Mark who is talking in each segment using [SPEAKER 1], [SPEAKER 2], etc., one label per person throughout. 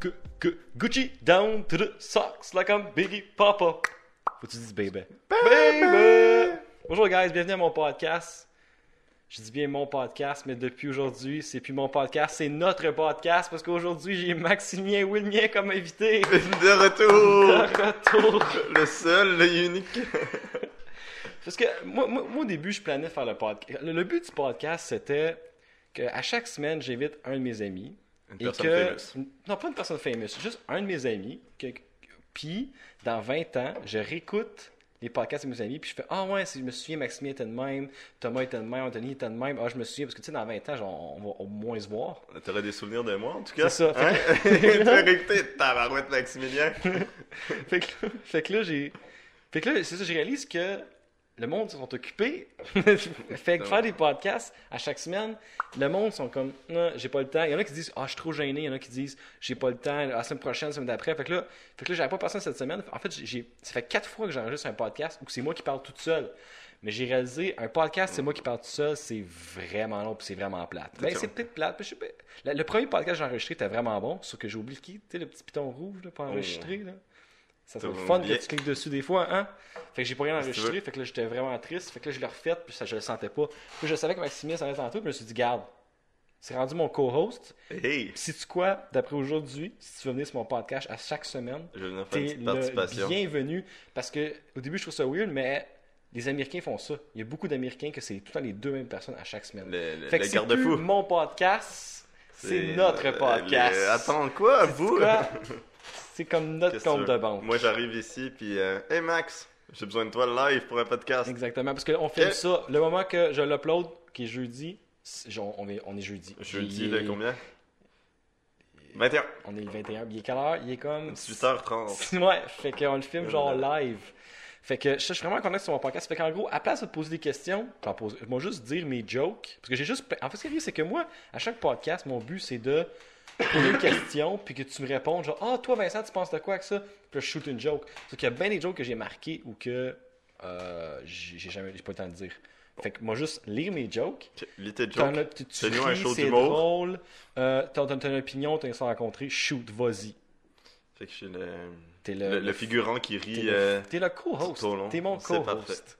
[SPEAKER 1] Gu- gu- Gucci down to the socks like I'm Biggie Papa. Faut que tu dises baby. Baby! Bonjour guys, bienvenue à mon podcast. Je dis bien mon podcast, mais depuis aujourd'hui, c'est plus mon podcast, c'est notre podcast parce qu'aujourd'hui, j'ai Maximien Wilmien comme invité.
[SPEAKER 2] De
[SPEAKER 1] De
[SPEAKER 2] retour!
[SPEAKER 1] retour.
[SPEAKER 2] Le seul, le unique.
[SPEAKER 1] Parce que moi, moi, moi, au début, je planais faire le podcast. Le, le but du podcast, c'était qu'à chaque semaine, j'invite un de mes amis.
[SPEAKER 2] Une
[SPEAKER 1] Et
[SPEAKER 2] personne
[SPEAKER 1] que-
[SPEAKER 2] famous.
[SPEAKER 1] Non, pas une personne famous, juste un de mes amis. Que... que- Puis, dans 20 ans, je réécoute les podcasts de mes amis, puis je fais Ah ouais, si je me souviens, Maximien était de même, Thomas était de même, Anthony était de même. Ah, je me souviens, parce que tu sais, dans 20 ans, genre, on va au moins se voir.
[SPEAKER 2] T'aurais des souvenirs de moi, en tout cas?
[SPEAKER 1] C'est ça,
[SPEAKER 2] Hein? T'aurais écouté Tabarouette Maximilien.
[SPEAKER 1] fait, que, là- fait que là, j'ai. Fait que là, c'est ça, je réalise que le monde ils sont occupés. fait que faire des podcasts à chaque semaine, le monde sont comme, non, j'ai pas le temps. Il y en a qui disent, ah, je suis trop gêné. Il y en a qui disent, j'ai pas le temps. La semaine prochaine, la semaine d'après. Fait que là, fait que là, j'avais pas personne cette semaine. En fait, j'ai, ça fait quatre fois que j'enregistre un podcast où c'est moi qui parle toute seule. Mais j'ai réalisé, un podcast, c'est moi qui parle tout seul, c'est vraiment long puis c'est vraiment plate. Mais
[SPEAKER 2] ça.
[SPEAKER 1] Ben, c'est peut-être plate. mais je sais pas. Le, le premier podcast que j'ai enregistré était vraiment bon, sauf que j'ai oublié qui, tu sais, le petit piton rouge là, pour Oh. enregistrer. Là. Ça serait
[SPEAKER 2] T'as
[SPEAKER 1] le fun
[SPEAKER 2] oublié.
[SPEAKER 1] que tu cliques dessus des fois, hein? Fait que j'ai pas rien
[SPEAKER 2] tu
[SPEAKER 1] enregistré,
[SPEAKER 2] veux.
[SPEAKER 1] fait que là j'étais vraiment triste, fait que là je l'ai refait, puis ça je le sentais pas. Puis je savais que Maximien s'en allait tantôt, puis je me suis dit, garde, c'est rendu mon co-host.
[SPEAKER 2] Hey!
[SPEAKER 1] Puis si tu quoi, d'après aujourd'hui, si tu veux venir sur mon podcast à chaque semaine,
[SPEAKER 2] Je viens de faire une
[SPEAKER 1] t'es
[SPEAKER 2] petite
[SPEAKER 1] le
[SPEAKER 2] participation.
[SPEAKER 1] bienvenu. Parce que au début je trouve ça weird, mais les Américains font ça. Il y a beaucoup d'Américains que c'est tout le temps les deux mêmes personnes à chaque semaine.
[SPEAKER 2] Le, le-
[SPEAKER 1] fait
[SPEAKER 2] le
[SPEAKER 1] que c'est plus
[SPEAKER 2] garde-fou.
[SPEAKER 1] mon podcast, c'est
[SPEAKER 2] C'est- euh,
[SPEAKER 1] notre
[SPEAKER 2] le-
[SPEAKER 1] podcast.
[SPEAKER 2] le- Attends, quoi, vous?
[SPEAKER 1] Quoi? C'est comme notre
[SPEAKER 2] Qu'est-ce que
[SPEAKER 1] compte
[SPEAKER 2] tu veux?
[SPEAKER 1] de banque.
[SPEAKER 2] Moi, j'arrive ici, puis... euh, hey, Max! J'ai besoin de toi live pour un podcast.
[SPEAKER 1] Exactement, parce qu'on filme
[SPEAKER 2] Et-
[SPEAKER 1] ça. Le moment que je l'upload, qui est jeudi, c'est- genre, on, est, on est jeudi.
[SPEAKER 2] Jeudi,
[SPEAKER 1] Il est-
[SPEAKER 2] le combien? 21.
[SPEAKER 1] On est le 21, il est quelle heure? Il est comme...
[SPEAKER 2] 18h30.
[SPEAKER 1] Ouais, fait qu'on le filme genre
[SPEAKER 2] Euh.
[SPEAKER 1] live. Fait que je je suis vraiment content sur mon podcast. Fait qu'en gros, à place de te poser des questions, t'en poses- moi juste dire mes jokes. Parce que j'ai juste. En fait, ce qui arrive, c'est que moi, à chaque podcast, mon but, c'est de poser une question, puis que tu me répondes, genre, ah, toi, Vincent, tu penses de quoi avec ça? Puis là, je shoot une joke. Sauf qu'il y a bien des jokes que j'ai marquées ou que euh, j'ai j'ai jamais j'ai pas le temps de dire. Fait que moi, juste lire mes jokes.
[SPEAKER 2] Little
[SPEAKER 1] T'en
[SPEAKER 2] joke.
[SPEAKER 1] as, tu, tu
[SPEAKER 2] Fais-nous un
[SPEAKER 1] ris,
[SPEAKER 2] show
[SPEAKER 1] c'est
[SPEAKER 2] d'humour.
[SPEAKER 1] drôle. Euh, T'as t'as une opinion, t'as ça rencontré, shoot, vas-y.
[SPEAKER 2] Fait que je suis le...
[SPEAKER 1] T'es
[SPEAKER 2] Le, le figurant qui rit... euh,
[SPEAKER 1] Euh, T'es le co-host.
[SPEAKER 2] tout au long.
[SPEAKER 1] T'es mon
[SPEAKER 2] C'est parfait.
[SPEAKER 1] co-host.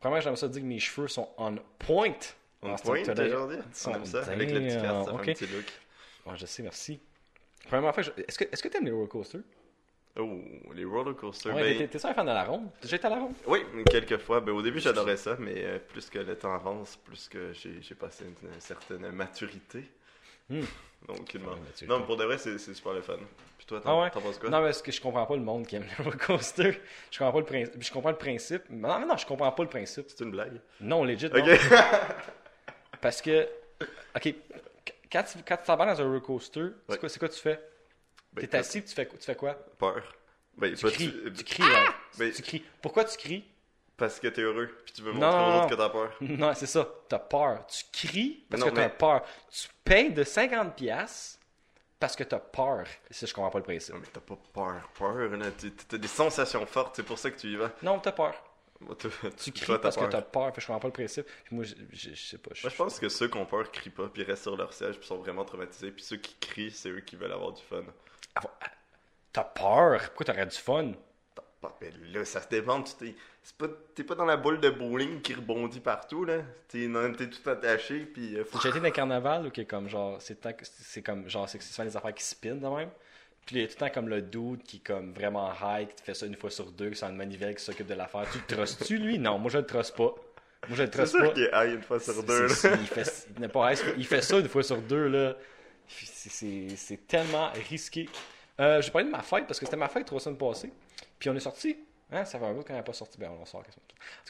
[SPEAKER 1] Premièrement, j'aime ça dire que mes cheveux sont on point.
[SPEAKER 2] On
[SPEAKER 1] Ah, c'est un
[SPEAKER 2] te pointe
[SPEAKER 1] today.
[SPEAKER 2] aujourd'hui? On aime ça. Avec le petit
[SPEAKER 1] Damn,
[SPEAKER 2] casque, ça
[SPEAKER 1] ok.
[SPEAKER 2] fait un petit look.
[SPEAKER 1] Ouais, Ah, je sais, merci. Premièrement, fait, je- est-ce que est-ce que t'aimes les roller coasters?
[SPEAKER 2] Oh, les roller coasters.
[SPEAKER 1] Ouais,
[SPEAKER 2] ben,
[SPEAKER 1] t'es- t'es ça un fan de la ronde? J'étais à la ronde.
[SPEAKER 2] oui, quelques fois. Ben, au début, j'adorais ça, mais euh, plus que le temps avance, plus que j'ai j'ai passé une, une certaine maturité.
[SPEAKER 1] Hmm.
[SPEAKER 2] Donc, il m'en-
[SPEAKER 1] Ouais, maturité.
[SPEAKER 2] non, mais pour de vrai, c'est c'est super le fun. Puis toi,
[SPEAKER 1] Ah
[SPEAKER 2] t'en
[SPEAKER 1] ouais?
[SPEAKER 2] t'en penses quoi?
[SPEAKER 1] Non, mais ce que je comprends pas le monde qui aime les roller coasters. Je comprends pas le principe. Je comprends le principe. mais Non, mais non, je comprends pas le principe.
[SPEAKER 2] C'est une blague.
[SPEAKER 1] Non, legit. non.
[SPEAKER 2] Ok.
[SPEAKER 1] Parce que, ok, qu- quand tu quand tu t'embarques dans un roller coaster, c'est
[SPEAKER 2] Ouais.
[SPEAKER 1] quoi, c'est quoi tu fais?
[SPEAKER 2] Ben,
[SPEAKER 1] T'es assis, tu fais tu fais quoi?
[SPEAKER 2] t'as Peur. Ben,
[SPEAKER 1] Tu
[SPEAKER 2] pas-
[SPEAKER 1] cries.
[SPEAKER 2] tu-
[SPEAKER 1] Tu cries. ouais.
[SPEAKER 2] Ben,
[SPEAKER 1] Tu cries. Pourquoi tu cries?
[SPEAKER 2] Parce que t'es heureux, puis tu veux
[SPEAKER 1] Non,
[SPEAKER 2] montrer
[SPEAKER 1] non,
[SPEAKER 2] aux
[SPEAKER 1] non.
[SPEAKER 2] autres que t'as peur.
[SPEAKER 1] Non, c'est ça. T'as peur. Tu cries parce
[SPEAKER 2] Non,
[SPEAKER 1] que t'as
[SPEAKER 2] mais-
[SPEAKER 1] peur. Tu payes de 50 pièces parce que t'as peur. Ça, je comprends pas le principe.
[SPEAKER 2] Non, mais t'as pas peur, peur, là. Tu- T'as des sensations fortes, c'est pour ça que tu y vas.
[SPEAKER 1] Non, t'as peur.
[SPEAKER 2] Moi, tu
[SPEAKER 1] Tu cries parce que t'as peur. Fait que je comprends pas le principe. Puis moi, je, je- je sais pas. je-
[SPEAKER 2] Moi, je pense que ceux qui ont peur crient pas, puis restent sur leur siège, puis sont vraiment traumatisés. Puis ceux qui crient, c'est eux qui veulent avoir du fun.
[SPEAKER 1] T'as peur. Pourquoi t'aurais du fun?
[SPEAKER 2] Bon, ben là, ça se dépend. Tu t'es c'est pas, t'es pas dans la boule de bowling qui rebondit partout, là. T'es dans- t'es tout attaché, puis. euh,
[SPEAKER 1] J'ai été dans un carnaval où que comme genre c'est tant que- c'est comme genre c'est que c'est souvent des affaires qui spinent de même. Puis il y a tout le temps comme le dude qui est comme vraiment high, qui te fait ça une fois sur deux, qui sent une manivelle, qui s'occupe de l'affaire. Tu le trustes-tu lui? Non, moi je le truste pas. Moi je le
[SPEAKER 2] C'est
[SPEAKER 1] truste
[SPEAKER 2] sûr
[SPEAKER 1] pas.
[SPEAKER 2] qu'il est high une fois sur deux,
[SPEAKER 1] C'est-
[SPEAKER 2] là.
[SPEAKER 1] c'est- Il fait, il n'est pas high, il fait ça une fois sur deux, là. C'est- C'est c'est tellement risqué. Euh, J'ai parlé de ma fête parce que c'était ma fête trois semaines passées. Puis on est sorti. Hein, ça fait un bout qu'on n'a pas sorti. Ben, on sort. qu'est-ce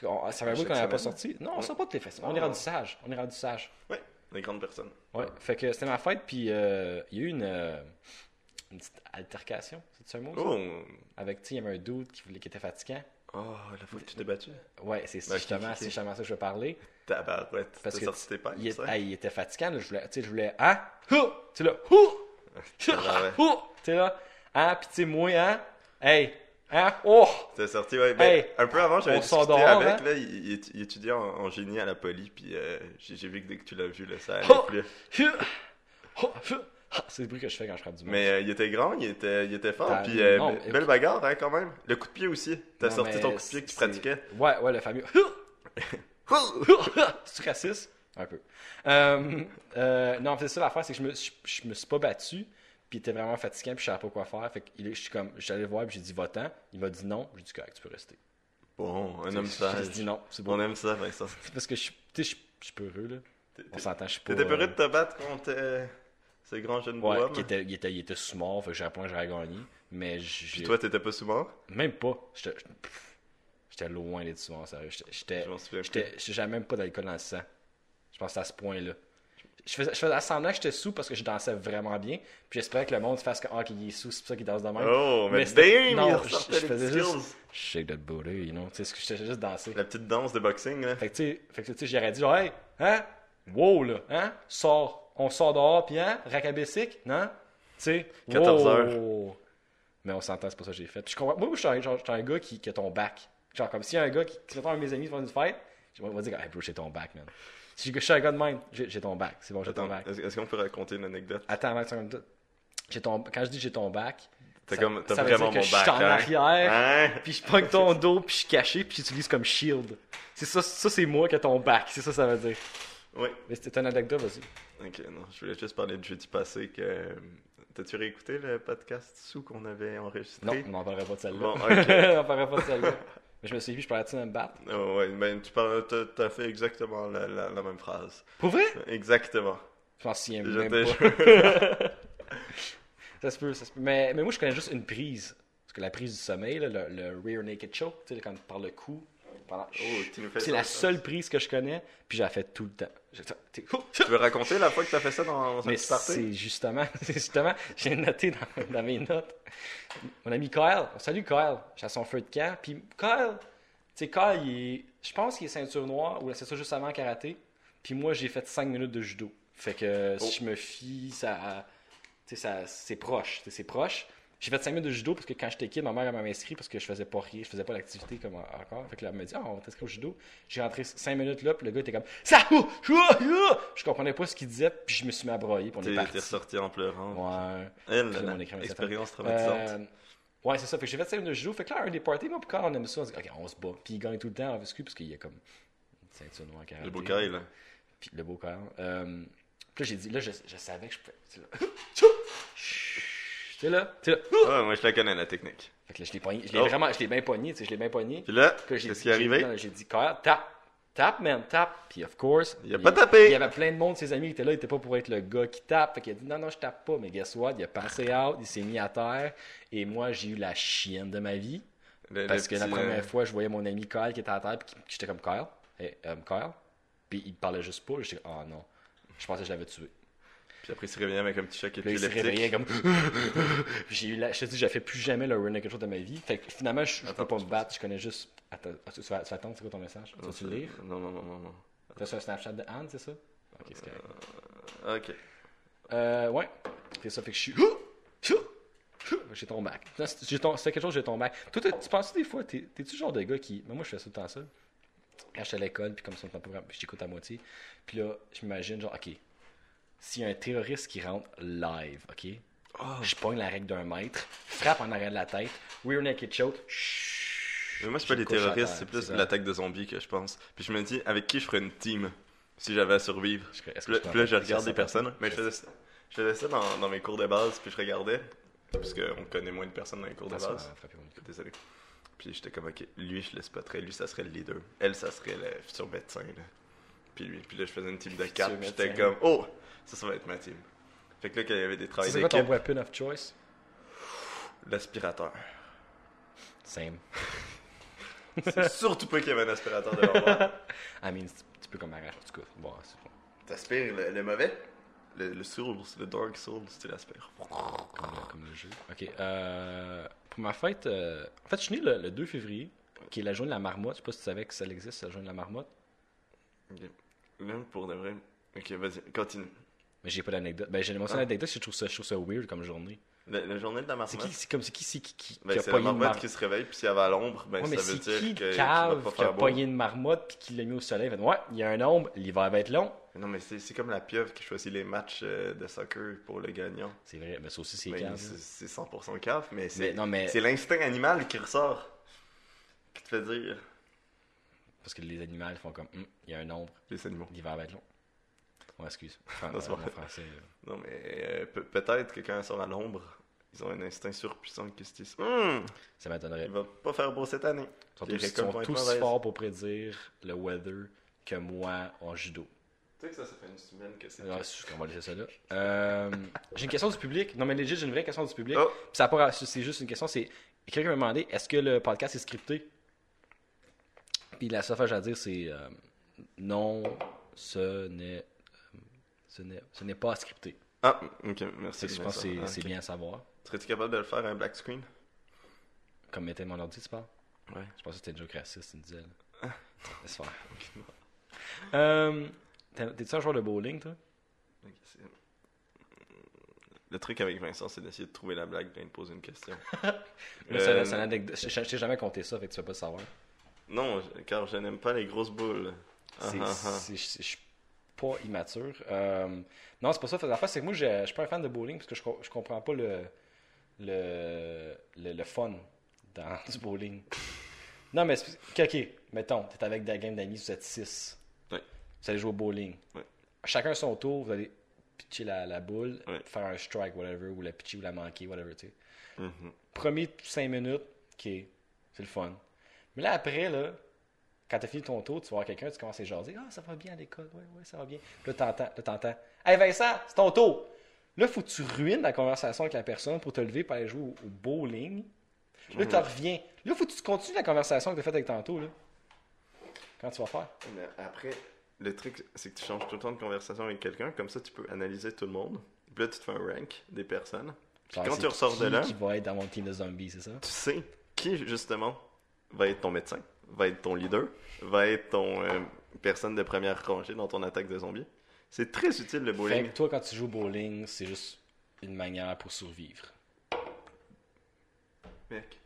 [SPEAKER 1] qu'on- En tout cas, on- ça fait un bout
[SPEAKER 2] Chaque
[SPEAKER 1] qu'on n'a pas
[SPEAKER 2] semaine.
[SPEAKER 1] sorti. Non, on sort pas toutes les fesses. On est
[SPEAKER 2] Ah.
[SPEAKER 1] rendu sage. On est rendu sage.
[SPEAKER 2] Ouais, des grandes personnes.
[SPEAKER 1] Ouais, fait que c'était ma fête, puis euh, il y a eu une, euh, une petite altercation, c'est un mot? ça?
[SPEAKER 2] Oh, on-
[SPEAKER 1] Avec, tu sais, il y avait un dude qui, voulait, qui était fatigant.
[SPEAKER 2] oh la fois que tu t'es battu.
[SPEAKER 1] Ouais, c'est
[SPEAKER 2] Ben,
[SPEAKER 1] justement,
[SPEAKER 2] ok, ok.
[SPEAKER 1] c'est justement ça que je veux parler.
[SPEAKER 2] Tabarouette, t'as
[SPEAKER 1] Parce que
[SPEAKER 2] sorti tes
[SPEAKER 1] il,
[SPEAKER 2] pailles,
[SPEAKER 1] est-
[SPEAKER 2] ça.
[SPEAKER 1] hey, il était fatigant, là, je voulais, tu sais, je voulais, hein? Hou! Tu sais, là, hou! Tu
[SPEAKER 2] ouais.
[SPEAKER 1] sais, là, hein? Puis, tu sais, moi, hein? Hey! Hein? Oh!
[SPEAKER 2] T'es sorti, ouais. Ben,
[SPEAKER 1] Hey,
[SPEAKER 2] un peu avant, j'avais
[SPEAKER 1] on sort
[SPEAKER 2] discuté
[SPEAKER 1] dehors,
[SPEAKER 2] avec,
[SPEAKER 1] hein.
[SPEAKER 2] là. Il, il étu- il étudiait en, en génie à la poly, puis euh, j'ai j'ai vu que dès que tu l'as vu, là, ça allait
[SPEAKER 1] Oh.
[SPEAKER 2] plus.
[SPEAKER 1] Hou! Oh! Hou! Ah, c'est le bruit que je fais quand je frappe du monde.
[SPEAKER 2] Mais euh, il était grand, il était, il était fort,
[SPEAKER 1] T'as-
[SPEAKER 2] puis euh,
[SPEAKER 1] non,
[SPEAKER 2] be-
[SPEAKER 1] mais-
[SPEAKER 2] belle bagarre hein, quand même. Le coup de pied aussi. T'as
[SPEAKER 1] Non,
[SPEAKER 2] sorti
[SPEAKER 1] mais
[SPEAKER 2] ton coup de pied que tu
[SPEAKER 1] c'est-
[SPEAKER 2] pratiquais.
[SPEAKER 1] Ouais, ouais, le fameux. C'est raciste? Un peu. Euh, euh, non, c'est ça l'affaire, c'est que je me, je, je me suis pas battu, puis il était vraiment fatiguant, puis je savais pas quoi faire. Fait que il est- je suis comme, j'allais le voir, puis j'ai dit va-t'en. Il m'a dit non, j'ai dit correct, tu peux rester.
[SPEAKER 2] Bon, un homme
[SPEAKER 1] J'ai
[SPEAKER 2] sage.
[SPEAKER 1] dit non, c'est bon.
[SPEAKER 2] On aime ça, Vincent.
[SPEAKER 1] C'est parce que je, suis- tu sais, je, je suis peureux, là.
[SPEAKER 2] T'es- t'es-
[SPEAKER 1] On s'entend, je suis pas.
[SPEAKER 2] T'étais peureux
[SPEAKER 1] euh,
[SPEAKER 2] de hein? te battre contre euh, ce grand jeune
[SPEAKER 1] Ouais,
[SPEAKER 2] bois.
[SPEAKER 1] qui était, il, était, il était sous mort, fait que j'ai un point, j'aurais gagné. Mais j'ai.
[SPEAKER 2] Puis toi, t'étais pas sous mort.
[SPEAKER 1] Même pas. J'étais pff, j'étais loin d'être sous mort, sérieux. J'étais- J'étais.
[SPEAKER 2] Je m'en souviens plus.
[SPEAKER 1] J'étais- J'avais même pas d'alcool dans le sang. Je pense à ce point-là. Je faisais, je faisais semblant que j'étais sous parce que je dansais vraiment bien. Puis j'espérais que le monde fasse que, ah, qu'il est sous, c'est pour ça qu'il danse de même.
[SPEAKER 2] Oh, mais,
[SPEAKER 1] Mais c'était-
[SPEAKER 2] damn,
[SPEAKER 1] non,
[SPEAKER 2] il
[SPEAKER 1] je-
[SPEAKER 2] ressortait
[SPEAKER 1] je
[SPEAKER 2] les
[SPEAKER 1] faisais
[SPEAKER 2] skills.
[SPEAKER 1] juste- Shake that booty, you know. Tu sais, ce que j'étais juste dansé.
[SPEAKER 2] La petite danse de boxing, là.
[SPEAKER 1] Fait que, tu sais, fait que, tu sais, j'aurais dit, genre, hey, hein, wow, là, hein, sort, on sort dehors, puis hein, racabessic, non? Tu sais,
[SPEAKER 2] 14
[SPEAKER 1] wow.
[SPEAKER 2] heures.
[SPEAKER 1] Mais on s'entend, c'est pas ça que j'ai fait. Puis je comprends, moi, moi, je suis un, genre, je suis un gars qui, qui a ton bac. Genre, comme s'il y a un gars qui, qui mettons, un de mes amis font une fête, je vais dire, hey, bro, j'ai ton bac, man. Si je suis un gars de même, j'ai j'ai ton bac, c'est bon, j'ai ton
[SPEAKER 2] Attends,
[SPEAKER 1] bac.
[SPEAKER 2] est-ce est-ce qu'on peut raconter une anecdote?
[SPEAKER 1] Attends, attends, attends, attends. J'ai ton, quand je dis j'ai ton bac,
[SPEAKER 2] T'as
[SPEAKER 1] ça-
[SPEAKER 2] comme, t'as
[SPEAKER 1] ça veut dire
[SPEAKER 2] vraiment
[SPEAKER 1] que
[SPEAKER 2] mon
[SPEAKER 1] je
[SPEAKER 2] bac,
[SPEAKER 1] suis en
[SPEAKER 2] hein?
[SPEAKER 1] arrière.
[SPEAKER 2] Hein?
[SPEAKER 1] Puis je pogne ton dos, puis je suis caché, puis j'utilise comme shield. C'est ça, ça c'est moi qui a ton bac. C'est ça, ça veut dire.
[SPEAKER 2] Oui.
[SPEAKER 1] Mais c'était une anecdote, vas-y.
[SPEAKER 2] Ok, non, je voulais juste parler de jeudi passé que... euh, T'as-tu réécouté le podcast sous qu'on avait enregistré?
[SPEAKER 1] Non, on n'en parlera pas de celle-là.
[SPEAKER 2] Bon, ok.
[SPEAKER 1] on n'en parlera pas de celle-là. Mais je me suis dit, je parlais-tu de me battre?
[SPEAKER 2] Oh, ouais, ben, tu parles, t'as, t'as fait exactement la, la- la même phrase.
[SPEAKER 1] Pour vrai?
[SPEAKER 2] Exactement.
[SPEAKER 1] Je m'en souviens
[SPEAKER 2] Je
[SPEAKER 1] même
[SPEAKER 2] te
[SPEAKER 1] pas.
[SPEAKER 2] jure.
[SPEAKER 1] Ça se peut, ça se peut. Mais, mais moi, je connais juste une prise. Parce que la prise du sommeil, là, le, le rear naked choke, tu sais, quand par le cou. pendant-
[SPEAKER 2] Oh, tu nous fais
[SPEAKER 1] c'est
[SPEAKER 2] ça,
[SPEAKER 1] la
[SPEAKER 2] ça.
[SPEAKER 1] seule prise que je connais, puis je la fais tout le temps. Je- t'es-
[SPEAKER 2] Tu veux raconter la fois que t'as fait ça dans, dans
[SPEAKER 1] Mais
[SPEAKER 2] cette partie?
[SPEAKER 1] c'est justement, c'est justement, j'ai noté dans, dans mes notes. Mon ami Kyle, salut Kyle, j'ai son feu de camp. Puis Kyle, tu sais, Kyle, il est- je pense qu'il est ceinture noire ou la ceinture juste avant en karaté. Puis moi, j'ai fait 5 minutes de judo. Fait que euh,
[SPEAKER 2] Oh.
[SPEAKER 1] si je me fie, ça, tu sais, ça, c'est proche, tu sais, c'est proche. J'ai fait 5 minutes de judo parce que quand j'étais kid, ma mère elle m'avait inscrit parce que je faisais pas rien, je faisais pas l'activité comme en- encore. Fait que là, elle m'a dit, ah, on va t'inscrire au judo. J'ai rentré 5 minutes là, puis le gars était comme, ça, ouh, ouh, ouh. Je comprenais pas ce qu'il disait, puis je me suis mis à broyer, puis on est
[SPEAKER 2] T'es,
[SPEAKER 1] parti.
[SPEAKER 2] t'es ressorti en pleurant.
[SPEAKER 1] Ouais.
[SPEAKER 2] Elle,
[SPEAKER 1] Puis
[SPEAKER 2] là,
[SPEAKER 1] mon écran
[SPEAKER 2] là,
[SPEAKER 1] est
[SPEAKER 2] expérience traumatisante.
[SPEAKER 1] Euh, ouais, c'est ça. Fait que j'ai fait ça une joue. Fait que là, un des parties, moi, puis quand on aime ça, on se dit, OK, on se bat. Puis il gagne tout le temps en VSQ parce qu'il y a comme une ceinture noire en karaté.
[SPEAKER 2] Le beau Kyle, là.
[SPEAKER 1] Puis le beau Kyle. Euh, puis là, j'ai dit, là, je, je savais que je pouvais. Tu sais, là. Tu sais, là. Tu sais, là.
[SPEAKER 2] Ah, Ouais, moi, je la connais, la technique.
[SPEAKER 1] Fait que là, je l'ai pogné. Je l'ai
[SPEAKER 2] Oh.
[SPEAKER 1] vraiment, je l'ai bien pogné, tu sais, je l'ai bien pogné.
[SPEAKER 2] Puis là,
[SPEAKER 1] Puis là, j'ai
[SPEAKER 2] qu'est-ce
[SPEAKER 1] dit-
[SPEAKER 2] qui est
[SPEAKER 1] j'ai dit,
[SPEAKER 2] arrivé?
[SPEAKER 1] non, J'ai dit, Kyle, tape. Tape, man, tape. Puis, of course.
[SPEAKER 2] Il a pas tapé.
[SPEAKER 1] Il y avait plein de monde, ses amis qui étaient là. Il était pas pour être le gars qui tape. Fait qu'il a dit, non, non, je tape pas. Mais guess what? Il a passé out. Il s'est mis à terre. Et moi, j'ai eu la chienne de ma vie.
[SPEAKER 2] Le- le
[SPEAKER 1] Parce que la
[SPEAKER 2] petit,
[SPEAKER 1] première
[SPEAKER 2] euh,
[SPEAKER 1] fois, je voyais mon ami Kyle qui était à terre. Puis qui- j'étais comme Kyle. Hey, euh, Kyle. Puis il parlait juste pas. J'étais, oh non. Je pensais que je l'avais tué.
[SPEAKER 2] Puis après, il se réveillait avec un petit choc
[SPEAKER 1] Puis là, il s'est réveillé
[SPEAKER 2] épileptique.
[SPEAKER 1] comme. j'ai eu la. Je te dis, j'ai fait plus jamais le runner quelque chose de ma vie. Fait que finalement, je, je
[SPEAKER 2] Attends,
[SPEAKER 1] peux pas
[SPEAKER 2] je
[SPEAKER 1] me battre. Je connais juste. Attends, ah, tu, tu vas, tu vas attendre, c'est quoi ton message? Tu
[SPEAKER 2] Non,
[SPEAKER 1] vas-tu le lire?
[SPEAKER 2] c'est- Non, non, non, non, non.
[SPEAKER 1] T'as sur un Snapchat de Anne, c'est ça? Ok, c'est correct.
[SPEAKER 2] Ok.
[SPEAKER 1] Euh, ouais. C'est ça, fait que je suis. J'ai ton bac. Non, c'est- j'ai ton- C'est quelque chose, j'ai ton bac. Toi, t'as- tu penses des fois, t'es- t'es-tu le genre de gars qui. mais moi, je fais ça tout le temps ça. Quand je suis à l'école, puis comme ça, on prend pas vraiment- puis je t'écoute à moitié. Puis là, je m'imagine, genre, ok. S'il y a un terroriste qui rentre live, ok? Je pogne la règle d'un mètre, frappe en arrière de la tête, rear naked choke.
[SPEAKER 2] Mais moi, c'est pas
[SPEAKER 1] Je
[SPEAKER 2] les
[SPEAKER 1] couche à
[SPEAKER 2] terroristes,
[SPEAKER 1] terre,
[SPEAKER 2] c'est plus
[SPEAKER 1] c'est ça.
[SPEAKER 2] l'attaque de zombies que je pense. Puis je me dis, avec qui je ferais une team si j'avais à survivre
[SPEAKER 1] Je serais- est-ce que
[SPEAKER 2] Puis là,
[SPEAKER 1] je peux
[SPEAKER 2] puis là,
[SPEAKER 1] en
[SPEAKER 2] je
[SPEAKER 1] faire
[SPEAKER 2] regarde des
[SPEAKER 1] 650?
[SPEAKER 2] personnes. Mais je faisais ça, je faisais ça dans, dans mes cours de base, puis je regardais. Parce qu'on connaît moins de personnes dans les cours de
[SPEAKER 1] Attention à
[SPEAKER 2] base.
[SPEAKER 1] euh, frapper mon micro.
[SPEAKER 2] Désolé. Puis j'étais comme, ok, lui, je le spotterais. Lui, ça serait le leader. Elle, ça serait le futur médecin. Là. Puis lui, puis là, je faisais une team de
[SPEAKER 1] Futur
[SPEAKER 2] quatre. puis J'étais
[SPEAKER 1] médecin.
[SPEAKER 2] comme, oh, ça, ça va être ma team. Fait que là, quand il y avait des travails
[SPEAKER 1] C'est quoi ton
[SPEAKER 2] d'équipe,
[SPEAKER 1] weapon of choice?
[SPEAKER 2] l'aspirateur.
[SPEAKER 1] Same.
[SPEAKER 2] C'est surtout pas qu'il y avait un aspirateur devant moi.
[SPEAKER 1] I mean, c'est un petit peu comme Arrache, en tout cas. Bon, c'est bon.
[SPEAKER 2] T'aspires le, le mauvais Le, le Souls, le Dark Souls, tu l'aspires.
[SPEAKER 1] comme le, comme le jeu. Ok. euh, pour ma fête, euh, en fait, je suis né le, le 2 février, qui est la journée de la marmotte. Je sais pas si tu savais que ça existe, la journée de la marmotte.
[SPEAKER 2] Ok. Là, pour de vrai. Ok, vas-y, continue.
[SPEAKER 1] Mais j'ai pas d'anecdote. Ben, j'ai l'impression
[SPEAKER 2] Ah.
[SPEAKER 1] d'anecdote, parce que je trouve ça, je trouve ça weird comme journée.
[SPEAKER 2] La, la journée de la
[SPEAKER 1] C'est
[SPEAKER 2] marmotte.
[SPEAKER 1] qui, c'est comme c'est qui, c'est qui qui,
[SPEAKER 2] Ben,
[SPEAKER 1] qui a
[SPEAKER 2] c'est la
[SPEAKER 1] pogné une
[SPEAKER 2] marmotte
[SPEAKER 1] marmotte?
[SPEAKER 2] qui se réveille, puis si elle va à l'ombre, ben,
[SPEAKER 1] Ouais, mais
[SPEAKER 2] ça veut
[SPEAKER 1] c'est qui
[SPEAKER 2] dire que
[SPEAKER 1] le
[SPEAKER 2] tu vas
[SPEAKER 1] cave
[SPEAKER 2] pas
[SPEAKER 1] qui a
[SPEAKER 2] faire beau.
[SPEAKER 1] pogné une marmotte puis qui l'a mis au soleil? Il fait, ouais, il y a un ombre, l'hiver va être long.
[SPEAKER 2] Non, mais c'est c'est comme la pieuvre qui choisit les matchs euh, de soccer pour le gagnant.
[SPEAKER 1] C'est vrai, mais ça aussi, c'est
[SPEAKER 2] Ben,
[SPEAKER 1] cave. hein.
[SPEAKER 2] C'est c'est 100% cave, mais
[SPEAKER 1] Mais euh,
[SPEAKER 2] c'est
[SPEAKER 1] non, mais
[SPEAKER 2] c'est l'instinct animal qui ressort. Qui te fait dire
[SPEAKER 1] parce que les animaux font comme, Hum, il y a un ombre,
[SPEAKER 2] les animaux.
[SPEAKER 1] l'hiver va être long. Ouais, excuse. Enfin,
[SPEAKER 2] Non, c'est
[SPEAKER 1] euh, mon
[SPEAKER 2] pas vrai.
[SPEAKER 1] français. euh,
[SPEAKER 2] Non, mais euh, pe- peut-être que quand elles sont à l'ombre, ils ont un instinct surpuissant qui se disent Hum,
[SPEAKER 1] Ça m'étonnerait.
[SPEAKER 2] il va pas faire beau cette année.
[SPEAKER 1] Ils sont
[SPEAKER 2] les
[SPEAKER 1] tous, ils
[SPEAKER 2] récoltes
[SPEAKER 1] sont
[SPEAKER 2] vont être
[SPEAKER 1] tous
[SPEAKER 2] mauvaises.
[SPEAKER 1] forts pour prédire le weather que moi en judo.
[SPEAKER 2] Tu sais que ça, ça fait une semaine que c'est.
[SPEAKER 1] Alors, on va laisser ça là. Euh, j'ai une question du public. Non, mais legit, j'ai une vraie question du public.
[SPEAKER 2] Oh.
[SPEAKER 1] Puis ça a pas- c'est juste une question. C'est quelqu'un m'a demandé est-ce que le podcast est scripté Puis la seule chose à dire, c'est euh, non, ce n'est, euh, ce n'est, ce n'est pas scripté.
[SPEAKER 2] Ah, ok, merci.
[SPEAKER 1] C'est, je pense que c'est,
[SPEAKER 2] Vincent.
[SPEAKER 1] c'est
[SPEAKER 2] Ah, Ok.
[SPEAKER 1] bien à savoir.
[SPEAKER 2] Serais-tu capable de le faire un black screen
[SPEAKER 1] Comme mettait mon ordi, tu parles
[SPEAKER 2] Ouais.
[SPEAKER 1] Je pensais que c'était une joke raciste, tu me disais. là.
[SPEAKER 2] Ah.
[SPEAKER 1] Laisse faire. Euh, t'es- T'es-tu un joueur de bowling, toi
[SPEAKER 2] Ok, c'est- Hmm, Le truc avec Vincent, c'est d'essayer de trouver la blague quand il te pose une question.
[SPEAKER 1] Moi, c'est
[SPEAKER 2] Euh,
[SPEAKER 1] une- c'est une anecdote. Je je- je t'ai jamais compté ça, fait que tu vas pas le savoir.
[SPEAKER 2] Non, je- car je n'aime pas les grosses boules. Ah,
[SPEAKER 1] C'est-
[SPEAKER 2] ah, ah.
[SPEAKER 1] c'est- Je je suis pas immature. Euh, non, c'est pas ça. La face, c'est que moi, je je suis pas un fan de bowling parce que je, co- je comprends pas le, le, le, le fun dans du bowling. Non, mais c'est- ok, ok, mettons, t'es avec de la game d'amis, vous êtes 6.
[SPEAKER 2] Ouais.
[SPEAKER 1] Vous allez jouer au bowling.
[SPEAKER 2] Ouais.
[SPEAKER 1] Chacun son tour, vous allez pitcher la, la boule,
[SPEAKER 2] Ouais.
[SPEAKER 1] faire un strike, whatever, ou la pitcher ou la manquer, whatever, tu sais
[SPEAKER 2] Mhm.
[SPEAKER 1] premier 5 minutes, ok, c'est le fun. Mais là, après, là, quand t'as fini ton tour, tu vas voir quelqu'un, tu commences à jaser. Ah, ça va bien à l'école, ouais, ouais, ça va bien. Puis là, t'entends, là, t'entends. Hey Vincent, c'est ton tour. Là, faut que tu ruines la conversation avec la personne pour te lever pour aller jouer au, au bowling. Là, t'en reviens. Là, faut que tu continues la conversation que t'as faite avec tantôt, là. Quand tu vas faire.
[SPEAKER 2] Mais après, le truc, c'est que tu changes tout le temps de conversation avec quelqu'un, comme ça tu peux analyser tout le monde. Puis là, tu te fais un rank des personnes. Puis quand
[SPEAKER 1] c'est
[SPEAKER 2] tu ressors de
[SPEAKER 1] qui
[SPEAKER 2] là,
[SPEAKER 1] qui va être dans mon team de zombies, c'est ça?
[SPEAKER 2] tu sais qui, justement, va être ton médecin, va être ton leader, va être ton euh, personne de première rangée dans ton attaque de zombies. C'est très utile le
[SPEAKER 1] Fait
[SPEAKER 2] bowling.
[SPEAKER 1] que toi, quand tu joues au bowling, c'est juste une manière pour survivre.
[SPEAKER 2] Mec.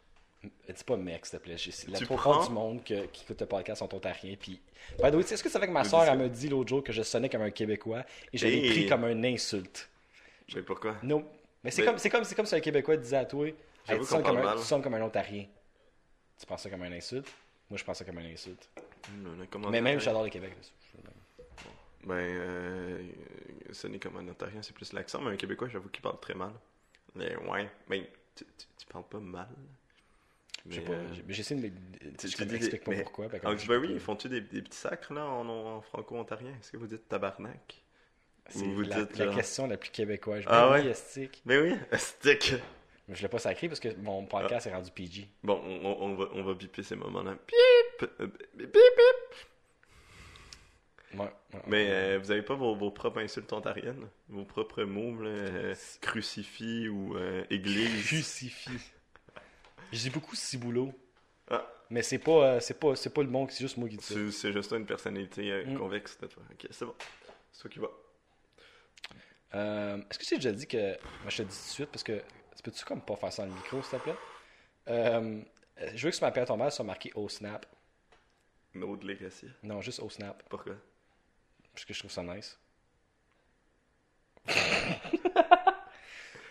[SPEAKER 1] Euh, Dis pas mec, s'il te plaît. J'ai- c'est La
[SPEAKER 2] Tu
[SPEAKER 1] plupart
[SPEAKER 2] prends-
[SPEAKER 1] du monde que- qui écoute le podcast sont ontariens. Puis, by the way, tu sais, est-ce que ça fait que ma
[SPEAKER 2] Je
[SPEAKER 1] soeur,
[SPEAKER 2] dis ça.
[SPEAKER 1] elle me dit l'autre jour que je sonnais comme un Québécois et je l'ai
[SPEAKER 2] Et-
[SPEAKER 1] pris comme une insulte?
[SPEAKER 2] Mais pourquoi
[SPEAKER 1] Non. Mais c'est
[SPEAKER 2] Mais-
[SPEAKER 1] comme, c'est comme, c'est comme si un Québécois disait à toi, hey,
[SPEAKER 2] J'avoue
[SPEAKER 1] tu,
[SPEAKER 2] qu'on
[SPEAKER 1] sonnes comme
[SPEAKER 2] parle
[SPEAKER 1] un,
[SPEAKER 2] mal.
[SPEAKER 1] tu sonnes comme un ontarien. Tu penses ça comme une insulte? Moi, je pense ça comme une insulte.
[SPEAKER 2] Non, non, comme
[SPEAKER 1] Mais
[SPEAKER 2] en
[SPEAKER 1] même,
[SPEAKER 2] Ontario.
[SPEAKER 1] j'adore le Québec.
[SPEAKER 2] Ben, euh, ce n'est comme un Ontarien, c'est plus l'accent, mais un Québécois, j'avoue qu'il parle très mal. Mais ouais, mais tu, tu, tu parles pas mal.
[SPEAKER 1] Je sais
[SPEAKER 2] Mais,
[SPEAKER 1] pas.
[SPEAKER 2] euh,
[SPEAKER 1] j'ai- mais J'essaie de me-
[SPEAKER 2] tu-
[SPEAKER 1] je
[SPEAKER 2] tu dis-
[SPEAKER 1] t'explique pas
[SPEAKER 2] mais ah,
[SPEAKER 1] pourquoi. ben, comme je sais
[SPEAKER 2] Hawkesbury,
[SPEAKER 1] pas.
[SPEAKER 2] ils font-tu des, des petits sacres là en, en franco-ontarien Est-ce que vous dites tabarnak
[SPEAKER 1] C'est
[SPEAKER 2] vous
[SPEAKER 1] la,
[SPEAKER 2] dites,
[SPEAKER 1] la
[SPEAKER 2] genre-
[SPEAKER 1] question la plus québécoise.
[SPEAKER 2] Ah
[SPEAKER 1] Ben oui,
[SPEAKER 2] ouais?
[SPEAKER 1] estique.
[SPEAKER 2] Mais oui, stick
[SPEAKER 1] Mais je l'ai pas sacré parce que mon
[SPEAKER 2] Ah.
[SPEAKER 1] podcast est rendu PG.
[SPEAKER 2] Bon, on, on- on va, on va biper ces moments-là. Bip Euh, Bip bip.
[SPEAKER 1] Ouais, ouais.
[SPEAKER 2] Mais euh, vous avez pas vos, vos propres insultes ontariennes Vos propres mots, là, euh, crucifix ou euh, église
[SPEAKER 1] Crucifie. Je dis beaucoup ciboulot.
[SPEAKER 2] Ah.
[SPEAKER 1] Mais c'est pas, euh, c'est pas, c'est pas le bon, c'est juste moi qui dis ça.
[SPEAKER 2] C'est c'est juste une personnalité euh,
[SPEAKER 1] Mm.
[SPEAKER 2] convexe, cette fois. Ok, c'est bon. C'est toi qui vas.
[SPEAKER 1] Euh, Est-ce que j'ai déjà dit que. Moi, je te dis tout de suite parce que. tu Peux-tu comme pas faire ça dans le micro, s'il te plaît? Euh, je veux que sur ma pierre tombale soit marqué au snap.
[SPEAKER 2] Maud les récits.
[SPEAKER 1] Non, juste au snap.
[SPEAKER 2] Pourquoi
[SPEAKER 1] Parce que je trouve ça nice.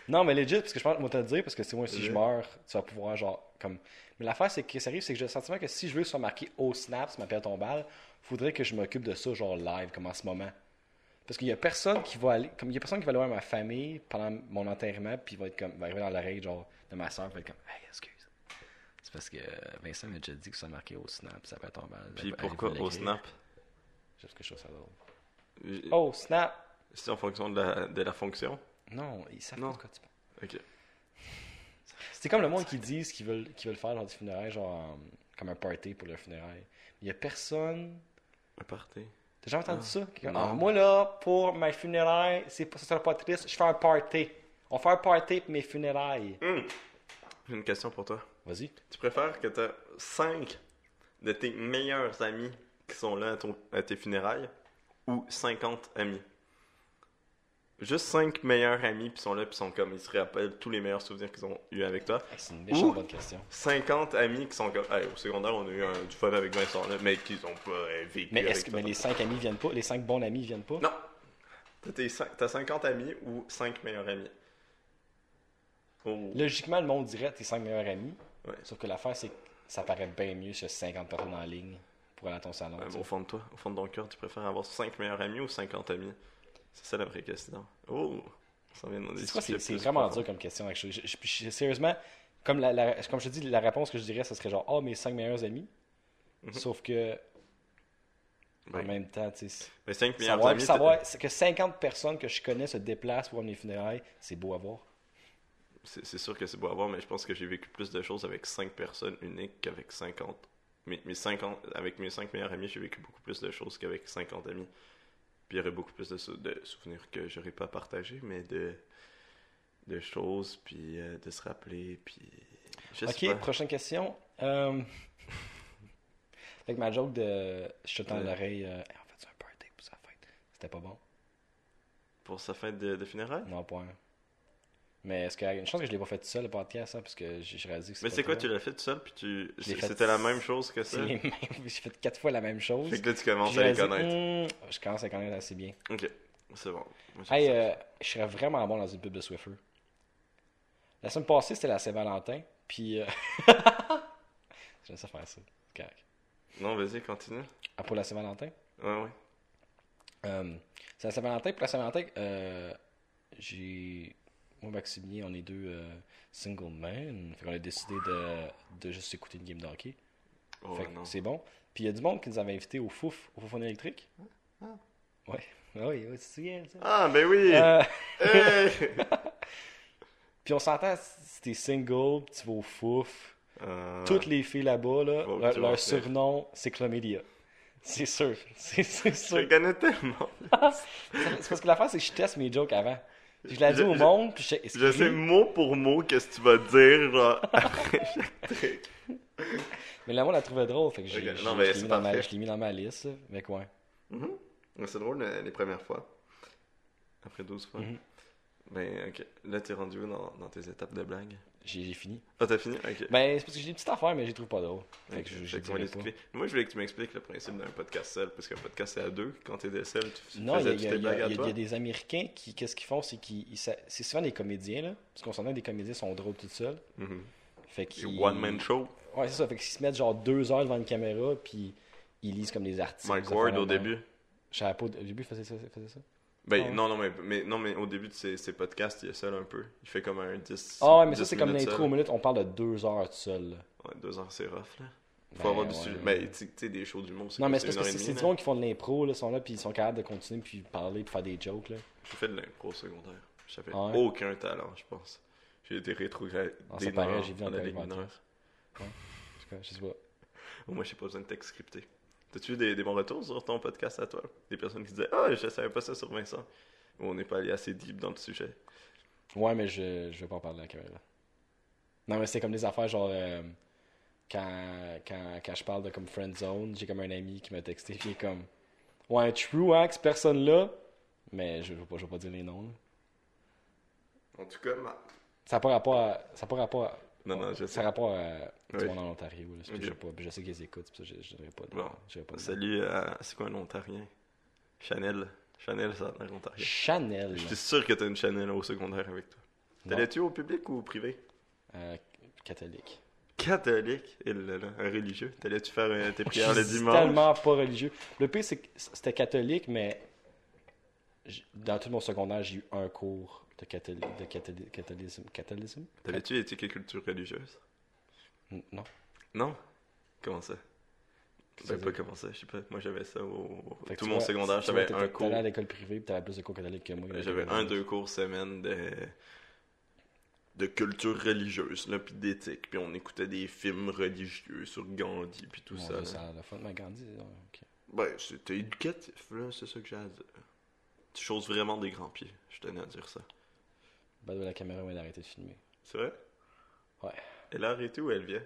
[SPEAKER 1] non, mais legit, parce que je pense, moi, te le dire, parce que c'est moi, si je
[SPEAKER 2] Ouais.
[SPEAKER 1] meurs, tu vas pouvoir, genre, comme. Mais l'affaire, c'est que ça arrive, c'est que j'ai le sentiment que si je veux que ce soit marqué au snap, ça m'appelle tombale, faudrait que je m'occupe de ça, genre, live, comme en ce moment. Parce qu'il y a personne qui va aller, comme il y a personne qui va aller voir ma famille pendant mon enterrement, puis va être comme, va arriver dans l'oreille, genre, de ma soeur, va être comme, hey, excuse. C'est parce que Vincent m'a déjà dit que ça marqué au snap, ça peut tomber.
[SPEAKER 2] Puis pourquoi au snap
[SPEAKER 1] Juste que je trouve ça drôle.
[SPEAKER 2] J-
[SPEAKER 1] Oh, snap!
[SPEAKER 2] C'est en fonction de la, de la fonction
[SPEAKER 1] Non, ils savent
[SPEAKER 2] Non.
[SPEAKER 1] pas de quoi tu parles.
[SPEAKER 2] Ok.
[SPEAKER 1] C'est comme le monde qui disent qu'ils veulent, qu'ils veulent faire leur funérailles, genre euh, comme un party pour leur funérailles. Il y a personne.
[SPEAKER 2] Un party.
[SPEAKER 1] T'as jamais entendu ça? Qui-
[SPEAKER 2] non.
[SPEAKER 1] Ah, moi là, pour mes funérailles, c'est pas- ça sera pas triste, je fais un party. On fait un party pour mes funérailles.
[SPEAKER 2] Hmm. J'ai une question pour toi.
[SPEAKER 1] Vas-y.
[SPEAKER 2] Tu préfères que t'as 5 de tes meilleurs amis qui sont là à, ton- à tes funérailles ou 50 amis juste cinq meilleurs amis, puis sont là, puis sont comme, ils se rappellent tous les meilleurs souvenirs qu'ils ont eu avec toi.
[SPEAKER 1] Hey, c'est une méchante
[SPEAKER 2] Ouh.
[SPEAKER 1] bonne question.
[SPEAKER 2] 50 amis qui sont comme, hey, au secondaire, on a eu un- du fun avec Vincent, là, mais qu'ils ont pas euh, vécu.
[SPEAKER 1] Mais
[SPEAKER 2] avec
[SPEAKER 1] est-ce que
[SPEAKER 2] toi.
[SPEAKER 1] mais les cinq amis viennent pas Les cinq bons amis viennent pas
[SPEAKER 2] Non! T'as tes cin- T'as 50 amis ou 5 meilleurs amis? Oh.
[SPEAKER 1] Logiquement, le monde dirait tes cinq meilleurs amis.
[SPEAKER 2] Ouais.
[SPEAKER 1] Sauf que l'affaire, c'est que ça paraît bien mieux sur 50 personnes en ligne pour aller à ton salon.
[SPEAKER 2] Ouais,
[SPEAKER 1] tu
[SPEAKER 2] mais au
[SPEAKER 1] sais.
[SPEAKER 2] fond de toi, au fond de ton cœur, tu préfères avoir 5 meilleurs amis ou 50 amis? C'est ça la vraie question. Oh! Ça vient de demander
[SPEAKER 1] C'est quoi,
[SPEAKER 2] si
[SPEAKER 1] c'est-
[SPEAKER 2] tu
[SPEAKER 1] c'est
[SPEAKER 2] fais plus
[SPEAKER 1] vraiment
[SPEAKER 2] profond.
[SPEAKER 1] dur comme question. Je- je- je- je- sérieusement, comme, la, la- comme je te dis, la réponse que je dirais, ce serait genre Ah, mes cinq meilleurs amis.
[SPEAKER 2] Mhm.
[SPEAKER 1] Sauf que, en
[SPEAKER 2] Ouais.
[SPEAKER 1] même temps, tu sais,
[SPEAKER 2] Mais 5 meilleurs
[SPEAKER 1] savoir,
[SPEAKER 2] amis. t'es-
[SPEAKER 1] savoir c'est que 50 personnes que je connais se déplacent pour amener les funérailles, c'est beau à voir.
[SPEAKER 2] C'est c'est sûr que c'est beau à voir, mais je pense que j'ai vécu plus de choses avec 5 personnes uniques qu'avec 50. Mes, mes 50 avec mes 5 meilleurs amis, j'ai vécu beaucoup plus de choses qu'avec 50 amis. Puis il y aurait beaucoup plus de, sou- de souvenirs que j'aurais pas partagé, mais de, de choses, puis euh, de se rappeler, puis. Je
[SPEAKER 1] Ok,
[SPEAKER 2] sais pas.
[SPEAKER 1] prochaine question. Euh... Fait que ma joke de je te tends
[SPEAKER 2] Ouais.
[SPEAKER 1] l'oreille, euh, Hey, on fait un party pour sa fête. C'était pas bon.
[SPEAKER 2] Pour sa fête de, de funérailles?
[SPEAKER 1] Non, point. Mais est-ce qu'il y a une chance que je l'ai pas fait tout seul le podcast, hein, parce que j'ai j'ai réalisé que
[SPEAKER 2] Mais
[SPEAKER 1] pas
[SPEAKER 2] c'est quoi,
[SPEAKER 1] toi.
[SPEAKER 2] tu l'as fait tout seul, puis tu.
[SPEAKER 1] Je l'ai
[SPEAKER 2] c'est-
[SPEAKER 1] fait-
[SPEAKER 2] C'était la même chose que
[SPEAKER 1] C'est
[SPEAKER 2] ça?
[SPEAKER 1] les mêmes- J'ai fait quatre fois la même chose.
[SPEAKER 2] Fait que là, tu
[SPEAKER 1] Puis
[SPEAKER 2] commences
[SPEAKER 1] j'ai
[SPEAKER 2] à les
[SPEAKER 1] réalisé,
[SPEAKER 2] connaître.
[SPEAKER 1] Hmm, je commence à les connaître assez bien.
[SPEAKER 2] Ok, c'est bon. Moi, j'ai
[SPEAKER 1] Hey,
[SPEAKER 2] ça.
[SPEAKER 1] euh, je serais vraiment bon dans une pub de Swiffer. La semaine passée, c'était la Saint-Valentin, puis. euh, J'aime ça faire ça. C'est correct.
[SPEAKER 2] Non, vas-y, continue.
[SPEAKER 1] Ah, pour la Saint-Valentin?
[SPEAKER 2] Ouais, ouais.
[SPEAKER 1] Euh, c'est la Saint-Valentin. Pour la Saint-Valentin, euh, j'ai. Moi, Maximilien, on est deux euh, single men. Fait qu'on a décidé de, de juste écouter une game de hockey.
[SPEAKER 2] Oh,
[SPEAKER 1] Fait que
[SPEAKER 2] non.
[SPEAKER 1] c'est bon. Puis il y a du monde qui nous avait invités au Fouf, au Fouf en électrique.
[SPEAKER 2] Ah.
[SPEAKER 1] Ouais. Ah oui, oui, c'est bien ça.
[SPEAKER 2] Ah, ben oui!
[SPEAKER 1] Euh,
[SPEAKER 2] Hey!
[SPEAKER 1] puis on s'entend, si t'es single, puis tu vas au Fouf.
[SPEAKER 2] Euh,
[SPEAKER 1] Toutes les filles là-bas, là,
[SPEAKER 2] Bon,
[SPEAKER 1] leur,
[SPEAKER 2] tu
[SPEAKER 1] leur
[SPEAKER 2] vas faire.
[SPEAKER 1] surnom, c'est Chlamydia. C'est sûr. C'est c'est
[SPEAKER 2] Je les
[SPEAKER 1] sûr.
[SPEAKER 2] connais tellement.
[SPEAKER 1] c'est parce que l'affaire, c'est que je teste mes jokes avant. Je la dis
[SPEAKER 2] Je-
[SPEAKER 1] au
[SPEAKER 2] je-
[SPEAKER 1] monde, puis je sais.
[SPEAKER 2] Je sais mot pour mot qu'est-ce que tu vas dire, genre, après chaque truc.
[SPEAKER 1] Mais la monde la trouvait drôle, fait que j'ai-
[SPEAKER 2] Ok,
[SPEAKER 1] j'ai-
[SPEAKER 2] non, mais
[SPEAKER 1] je l'ai
[SPEAKER 2] c'est
[SPEAKER 1] mis, dans ma-
[SPEAKER 2] parfait.
[SPEAKER 1] je l'ai mis dans ma liste. là. Mais quoi?
[SPEAKER 2] Mhm. Mais C'est drôle euh, les premières fois. Après 12 fois.
[SPEAKER 1] Mhm.
[SPEAKER 2] Ben, ok. Là, t'es rendu où dans, dans tes étapes de blague?
[SPEAKER 1] J'ai j'ai fini.
[SPEAKER 2] Ah, t'as fini? Ok.
[SPEAKER 1] Ben, c'est parce que j'ai des petites affaires, mais je les trouve pas drôles. Fait
[SPEAKER 2] Ok,
[SPEAKER 1] que je-
[SPEAKER 2] fait
[SPEAKER 1] je
[SPEAKER 2] qu'on va
[SPEAKER 1] dirais
[SPEAKER 2] les
[SPEAKER 1] pas.
[SPEAKER 2] expliquer. Moi, je voulais que tu m'expliques le principe d'un podcast seul, parce qu'un podcast, c'est à deux. Quand t'étais seul, tu tu
[SPEAKER 1] Non, il y a,
[SPEAKER 2] faisais
[SPEAKER 1] il
[SPEAKER 2] toutes
[SPEAKER 1] y a- il y
[SPEAKER 2] tes
[SPEAKER 1] a-
[SPEAKER 2] blagues à
[SPEAKER 1] il y a
[SPEAKER 2] toi.
[SPEAKER 1] des Américains qui, qu'est-ce qu'ils font, c'est qu'ils, ils sa- c'est souvent des comédiens, là. Parce qu'on s'entend que des comédiens sont drôles tout seuls.
[SPEAKER 2] Mhm.
[SPEAKER 1] Fait
[SPEAKER 2] C'est
[SPEAKER 1] qu'ils...
[SPEAKER 2] One-man show.
[SPEAKER 1] Ouais, c'est ça. Fait qu'ils se mettent genre deux heures devant une caméra, puis ils lisent comme des articles.
[SPEAKER 2] Mike
[SPEAKER 1] ça
[SPEAKER 2] Ward,
[SPEAKER 1] fait
[SPEAKER 2] au
[SPEAKER 1] vraiment-
[SPEAKER 2] début.
[SPEAKER 1] Je savais pas, au début, il faisait ça. il faisait ça.
[SPEAKER 2] Ben,
[SPEAKER 1] Ouais.
[SPEAKER 2] non, non, mais, mais, non, mais au début de ses, ses podcasts, il est seul un peu. Il fait comme un 10.
[SPEAKER 1] Ah ouais, mais ça,
[SPEAKER 2] 10
[SPEAKER 1] c'est comme
[SPEAKER 2] minutes
[SPEAKER 1] l'intro
[SPEAKER 2] seul.
[SPEAKER 1] aux minutes, on parle de deux heures tout seul, là.
[SPEAKER 2] Ouais, deux heures, c'est rough, là. Faut
[SPEAKER 1] Ben,
[SPEAKER 2] avoir du
[SPEAKER 1] ouais.
[SPEAKER 2] sujet. Ben, tu tu sais, des shows du monde, c'est
[SPEAKER 1] Non,
[SPEAKER 2] quoi,
[SPEAKER 1] mais c'est parce
[SPEAKER 2] une
[SPEAKER 1] que
[SPEAKER 2] heure et
[SPEAKER 1] c'est c'est
[SPEAKER 2] demie,
[SPEAKER 1] du
[SPEAKER 2] là?
[SPEAKER 1] monde qui font de l'impro, là, sont là, puis ils sont capables de continuer, puis parler, puis faire des jokes, là.
[SPEAKER 2] J'ai fait de l'impro au secondaire. J'avais
[SPEAKER 1] Ah ouais?
[SPEAKER 2] aucun talent, je pense. J'ai été rétrogradé
[SPEAKER 1] Ah, ça paraît, j'ai vu dans
[SPEAKER 2] dans la
[SPEAKER 1] le
[SPEAKER 2] Ligue
[SPEAKER 1] documentaire.
[SPEAKER 2] mineure.
[SPEAKER 1] En tout cas, je sais pas.
[SPEAKER 2] Au moins, j'ai pas besoin de texte scripté. T'as-tu eu des, des bons retours sur ton podcast à toi Des personnes qui disaient Ah, je savais pas ça sur Vincent. Ou on n'est pas allé assez deep dans le sujet.
[SPEAKER 1] Ouais, mais je, je vais pas en parler à la caméra. Non, mais c'est comme des affaires, genre, euh, quand, quand, quand je parle de comme friend zone, j'ai comme un ami qui m'a texté, puis il est comme, ouais, true, hein, que cette personne-là, mais je, je, vais pas, je vais pas dire les noms, là.
[SPEAKER 2] En tout cas, ma-
[SPEAKER 1] Ça n'a pas rapport à. Ça a pas rapport à-
[SPEAKER 2] Non, non, je
[SPEAKER 1] Ça
[SPEAKER 2] sais.
[SPEAKER 1] a rapport à tout
[SPEAKER 2] Oui.
[SPEAKER 1] le monde en Ontario, là. puis
[SPEAKER 2] Ok.
[SPEAKER 1] Je, sais pas, puis je sais qu'ils écoutent, puis ça, je, je dirais pas. de-
[SPEAKER 2] Bon.
[SPEAKER 1] je dirais pas de-
[SPEAKER 2] Salut à. C'est quoi un Ontarien Chanel. Chanel, ça a l'air ontarien.
[SPEAKER 1] Chanel.
[SPEAKER 2] J'étais sûr que t'as une Chanel au secondaire avec toi.
[SPEAKER 1] Non,
[SPEAKER 2] T'allais-tu au public ou au privé
[SPEAKER 1] euh, catholique.
[SPEAKER 2] Catholique, il là, là, un religieux. T'allais-tu faire euh, tes
[SPEAKER 1] Je
[SPEAKER 2] prières le
[SPEAKER 1] suis
[SPEAKER 2] dimanche
[SPEAKER 1] tellement pas religieux. Le pire, c'est que c'était catholique, mais j- dans tout mon secondaire, j'ai eu un cours de, catholi- de catholi- catholisme. Catholisme?
[SPEAKER 2] T'avais-tu étudié quelques cultures religieuses
[SPEAKER 1] N- Non.
[SPEAKER 2] Non Comment ça Ben,
[SPEAKER 1] C'est-à-dire?
[SPEAKER 2] pas comment ça, je sais pas. Moi, j'avais ça au.
[SPEAKER 1] Fait que
[SPEAKER 2] Tout
[SPEAKER 1] tu
[SPEAKER 2] mon
[SPEAKER 1] vois,
[SPEAKER 2] secondaire,
[SPEAKER 1] tu vois,
[SPEAKER 2] j'avais
[SPEAKER 1] t'étais-
[SPEAKER 2] un cours.
[SPEAKER 1] T'allais à l'école privée, puis t'avais plus de cours catholiques que moi.
[SPEAKER 2] J'avais un, deux cours semaine de. De culture religieuse, là, puis d'éthique. Puis on écoutait des films religieux sur Gandhi, puis tout
[SPEAKER 1] Bon,
[SPEAKER 2] ça. là.
[SPEAKER 1] ça a l'air le fun, mais Gandhi, non, ok.
[SPEAKER 2] Ben, c'était éducatif, là, c'est ça que j'ai à dire. Tu choses vraiment des grands pieds, je tenais à dire ça.
[SPEAKER 1] Bah, la caméra m'a arrêté de filmer.
[SPEAKER 2] C'est vrai?
[SPEAKER 1] Ouais.
[SPEAKER 2] Elle a arrêté où elle vient?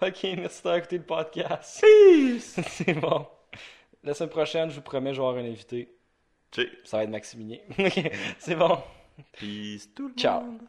[SPEAKER 1] Ok, merci d'avoir écouté le podcast. C'est bon. La semaine prochaine, je vous promets, je vais avoir un invité.
[SPEAKER 2] Check.
[SPEAKER 1] Ça va être Maximilien. Ok, c'est bon.
[SPEAKER 2] Peace tout le
[SPEAKER 1] Ciao.
[SPEAKER 2] monde.